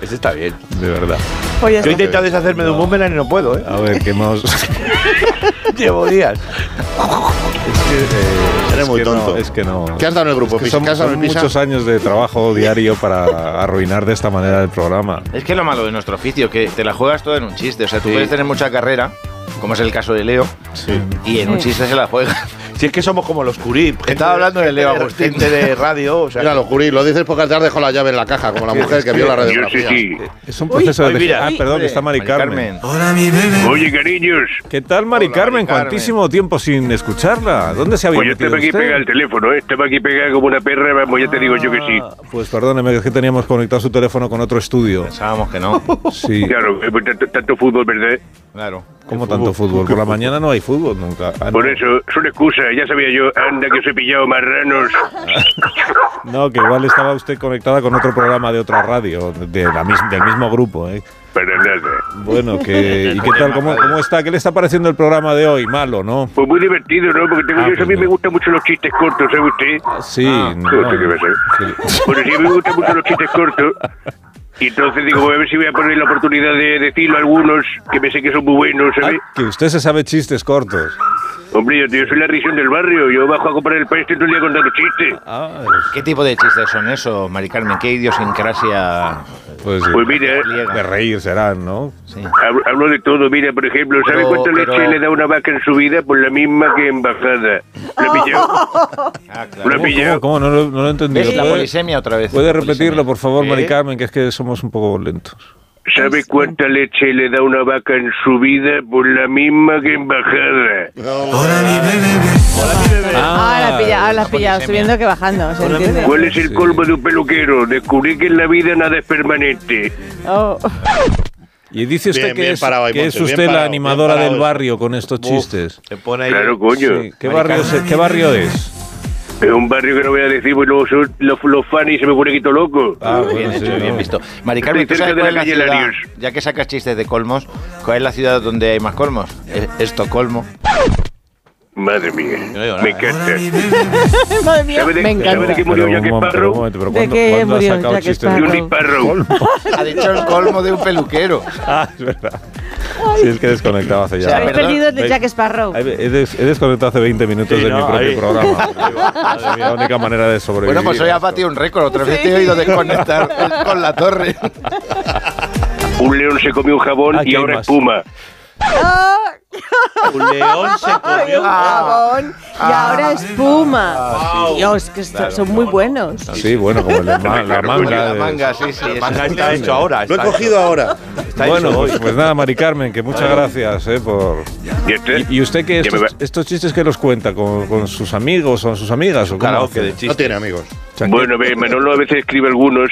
S4: Ese está bien.
S1: De verdad.
S5: Pues ya
S4: Yo he
S5: está.
S4: intentado deshacerme de un boomerang y no puedo, ¿eh?
S1: A ver, ¿qué más?
S4: Llevo días.
S1: Eres muy tonto. eh, es que no.
S3: ¿Qué has dado en el grupo,
S1: Es que
S3: Pisa?
S1: son
S3: ¿Qué has dado en
S1: son
S3: el Pisa?
S1: muchos años de trabajo diario para arruinar de esta manera el programa.
S2: Es que lo malo de nuestro oficio, que te la juegas todo en un chiste. O sea, tú
S1: Sí.
S2: puedes tener mucha carrera, como es el caso de Leo, y en un
S1: Sí.
S2: chiste se la juega.
S4: Si es que somos como los Curip.
S2: Estaba hablando de Leo Agustín.
S4: Gente de radio. O sea,
S3: Mira, lo jurí, lo dices porque has dejado la llave en la caja, como la mujer que vio la radiografía.
S1: Es un proceso
S3: Uy,
S1: de...
S3: uy, mira.
S1: ah, perdón,
S3: Hombre,
S1: que está Mari
S3: Mari
S1: Carmen.
S3: Hola, mi bebé. Oye,
S1: cariños. ¿Qué tal, Mari Carmen? Cuantísimo tiempo sin escucharla. ¿Dónde se había
S20: Pues yo
S1: metido
S20: estaba aquí
S1: usted?
S20: pegado el teléfono, ¿eh? estaba aquí pegado como una perra, vamos, ya te digo yo que sí.
S1: Pues perdóneme, es que teníamos conectado su teléfono con otro estudio.
S4: Pensábamos que no.
S1: Sí.
S20: Claro, eh, pues tanto, tanto fútbol, ¿verdad?
S4: Claro.
S1: ¿Cómo tanto fútbol? Por la mañana no hay fútbol nunca. Ah,
S20: Por eso, son excusas, ya sabía yo, anda que os he pillado marranos.
S1: No, que igual estaba usted conectada con otro programa de otra radio, de la mis- del mismo grupo. ¿eh?
S20: Para nada.
S1: Bueno, que, ¿y qué tal? ¿Cómo, cómo está? ¿Qué le está pareciendo el programa de hoy? Malo, ¿no?
S20: Pues muy divertido, ¿no? Porque
S1: Ah,
S20: tengo yo,
S1: pues
S20: a mí me gustan mucho los chistes cortos, ¿sabe usted?
S1: Sí. no.
S20: ¿Sabe usted Ah, qué va a ser? Bueno, sí, a mí me gustan mucho los chistes cortos. Y entonces digo, voy a ver si voy a poner la oportunidad de decirlo a algunos que me sé que son muy buenos, ¿sabes?
S5: Ah.
S1: Que usted se sabe chistes cortos.
S20: Hombre, yo, yo soy la risión del barrio, yo bajo a comprar el país todo el día contando chistes.
S2: Ah, ¿Qué tipo de chistes son esos, Mari Carmen? ¿Qué idiosincrasia?
S1: Pues,
S20: Pues mira,
S1: de reír serán, ¿no?
S20: Hablo, hablo de todo, mira, por ejemplo, ¿sabe
S1: Pero-
S20: cuánta
S1: pero-
S20: leche le da una vaca en su vida? Pues la misma que en bajada. ¿Lo he pillado? ¿Lo he
S1: ¿Cómo,
S20: pillado?
S1: cómo, cómo? No, lo, no lo he entendido.
S20: ¿Ves la
S1: ¿Puede-
S20: polisemia otra vez?
S1: ¿Puede
S20: La
S1: repetirlo,
S20: polisemia.
S1: por favor, Mari
S20: ¿Eh?
S1: Carmen? Que es que somos un poco lentos.
S20: ¿Sabe
S5: Este.
S20: cuánta leche le da una vaca en su vida? Pues la misma que en bajada. Ah,
S5: Ahora Ah, pilla, ahora has pillado, subiendo que bajando. ¿se entiende?
S20: ¿Cuál es el colmo de un peluquero? Descubrí que en la vida nada es permanente.
S5: Oh.
S1: Y dice usted
S20: Bien,
S1: que
S20: bien
S1: es,
S20: parado ahí,
S1: que es
S20: Montes, bien
S1: usted la
S20: parado,
S1: animadora
S20: bien parado
S1: del
S20: eso.
S1: barrio con estos
S20: Uf,
S1: chistes.
S4: te pone ahí-
S20: Claro, coño.
S1: Sí, ¿Qué, barrio es, ¿Qué barrio es?
S20: Es un barrio que no voy a decir, pues luego son los, los fans y se me pone quito loco.
S1: Ah,
S2: Bien hecho, bien visto. Mari
S20: Estoy
S2: Carmen, ¿tú
S20: cerca
S2: sabes
S20: de
S2: cuál es
S20: la
S2: la
S20: calle
S2: ciudad?
S20: Larios.
S2: Ya que sacas chistes de colmos, ¿cuál es la ciudad donde hay más colmos? E- Estocolmo.
S20: Madre mía, me encanta.
S5: Madre mía,
S20: ¿Sabe de,
S5: me encanta.
S20: sabe de qué murió Jack Sparrow?
S1: pero
S5: ¿De qué murió Jack Sparrow?
S20: Johnny Sparrow.
S2: Ha dicho el colmo de un peluquero.
S1: Ah, es verdad. Sí, es que he desconectado hace ya.
S5: Habéis perdido el de Jack Sparrow.
S1: He, he des- he desconectado hace 20 minutos
S4: Sí,
S1: de
S4: no,
S1: mi propio
S4: ahí.
S1: programa. Madre mía, la única manera de sobrevivir.
S2: Bueno, pues hoy has batido un récord. Otra vez te he oído desconectar con- con la torre.
S20: Un león se comió un
S1: Ah,
S20: jabón y ahora es puma.
S4: Un león se
S5: comió un jabón y ahora espuma.
S1: Ah,
S5: Dios, que estos
S1: Claro,
S5: son muy buenos.
S1: Sí, bueno, como la, ma- la manga. de-
S2: sí, sí.
S4: La manga está hecho ahora.
S1: Lo he
S4: está
S1: cogido
S4: hecho.
S1: ahora.
S4: Está
S1: bueno,
S4: hecho hoy.
S1: pues, pues nada, Mari Carmen, que muchas gracias eh, por. ¿Y, y usted que
S20: Ya me
S1: estos, estos chistes que los cuenta con, con sus amigos o sus amigas o cómo hace?
S3: No tiene amigos.
S20: Bueno, ve, Manolo a veces escribe algunos.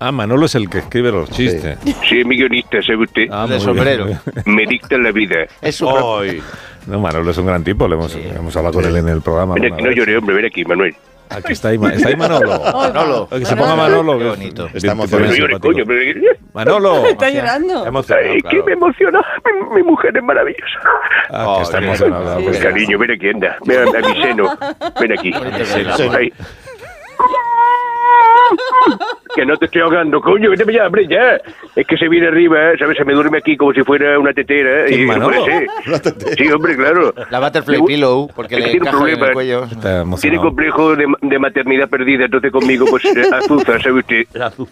S1: Ah, Manolo es el que escribe los chistes.
S20: Sí, es mi guionista, ¿sabe usted?
S1: Ah, muy bien, sombrero. muy bien.
S20: Me dicta la vida.
S2: Es
S1: No, Manolo es un gran tipo, le hemos, hemos hablado con él en el programa.
S20: Ven
S1: alguna
S20: aquí, no
S1: vez.
S20: llore, hombre, ven aquí, Manuel.
S1: Aquí está ahí, Ma- está ahí Manolo.
S4: Manolo.
S1: Que se ponga Manolo. Qué bonito.
S20: Estamos no llores, coño. Pero...
S1: Manolo.
S5: Está llorando.
S20: Ay, que me emociona. Mi, mi mujer es maravillosa.
S1: Ah, que está emocionado. pues.
S20: Cariño, ven aquí, anda. Ven a, a mi seno. Ven aquí. Ay. Que no te estoy ahogando, coño, vete ya, hombre, ya. Es que se viene arriba, ¿eh? ¿sabes? Se me duerme aquí como si fuera una tetera. ¿eh?
S2: ¿Quién,
S20: y no
S2: Manolo?
S20: puede ser. Sí, hombre, claro.
S2: La Butterfly Pillow, porque
S20: Es que
S2: le
S20: tiene un
S2: encaja en
S20: problema.
S2: el cuello.
S20: Tiene complejo de, de maternidad perdida, entonces conmigo, pues, eh, azuza, ¿sabe usted?
S2: Usted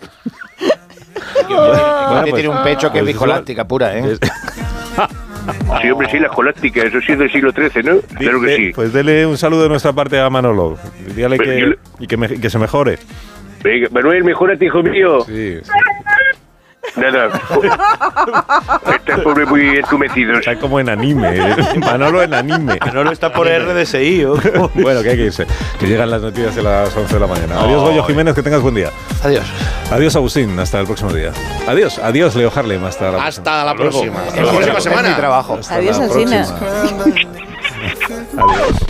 S20: pues-
S2: tiene un pecho que es
S20: pues eso-
S2: bicolástica pura, ¿eh?
S20: Sí, hombre, sí, la escolástica, eso sí es del siglo XIII, ¿no? Claro que sí.
S1: Pues dele un saludo de nuestra parte a Manolo. Dígale
S20: Pues yo
S1: que,
S20: le-
S1: y que, me- y que se mejore.
S20: Venga, Manuel, mejorate, hijo mío.
S1: Sí.
S20: Nada. Está pobre muy entumecido.
S1: Está como en anime. ¿eh? Manolo en anime. Manolo está
S4: por RDSI. ¿o?
S1: bueno, que hay que irse. Que llegan las noticias a las 11 de la mañana. Adiós, Goyo Jiménez, que tengas buen día.
S2: Adiós.
S1: Adiós, Agustín. Hasta el próximo día. Adiós, adiós, Leo Harlem. Hasta la
S3: Hasta la
S1: Hasta luego.
S3: próxima.
S1: Hasta luego.
S3: próxima
S1: Es mi
S3: semana.
S1: trabajo. Hasta la Adiós, Alsina. próxima. Adiós.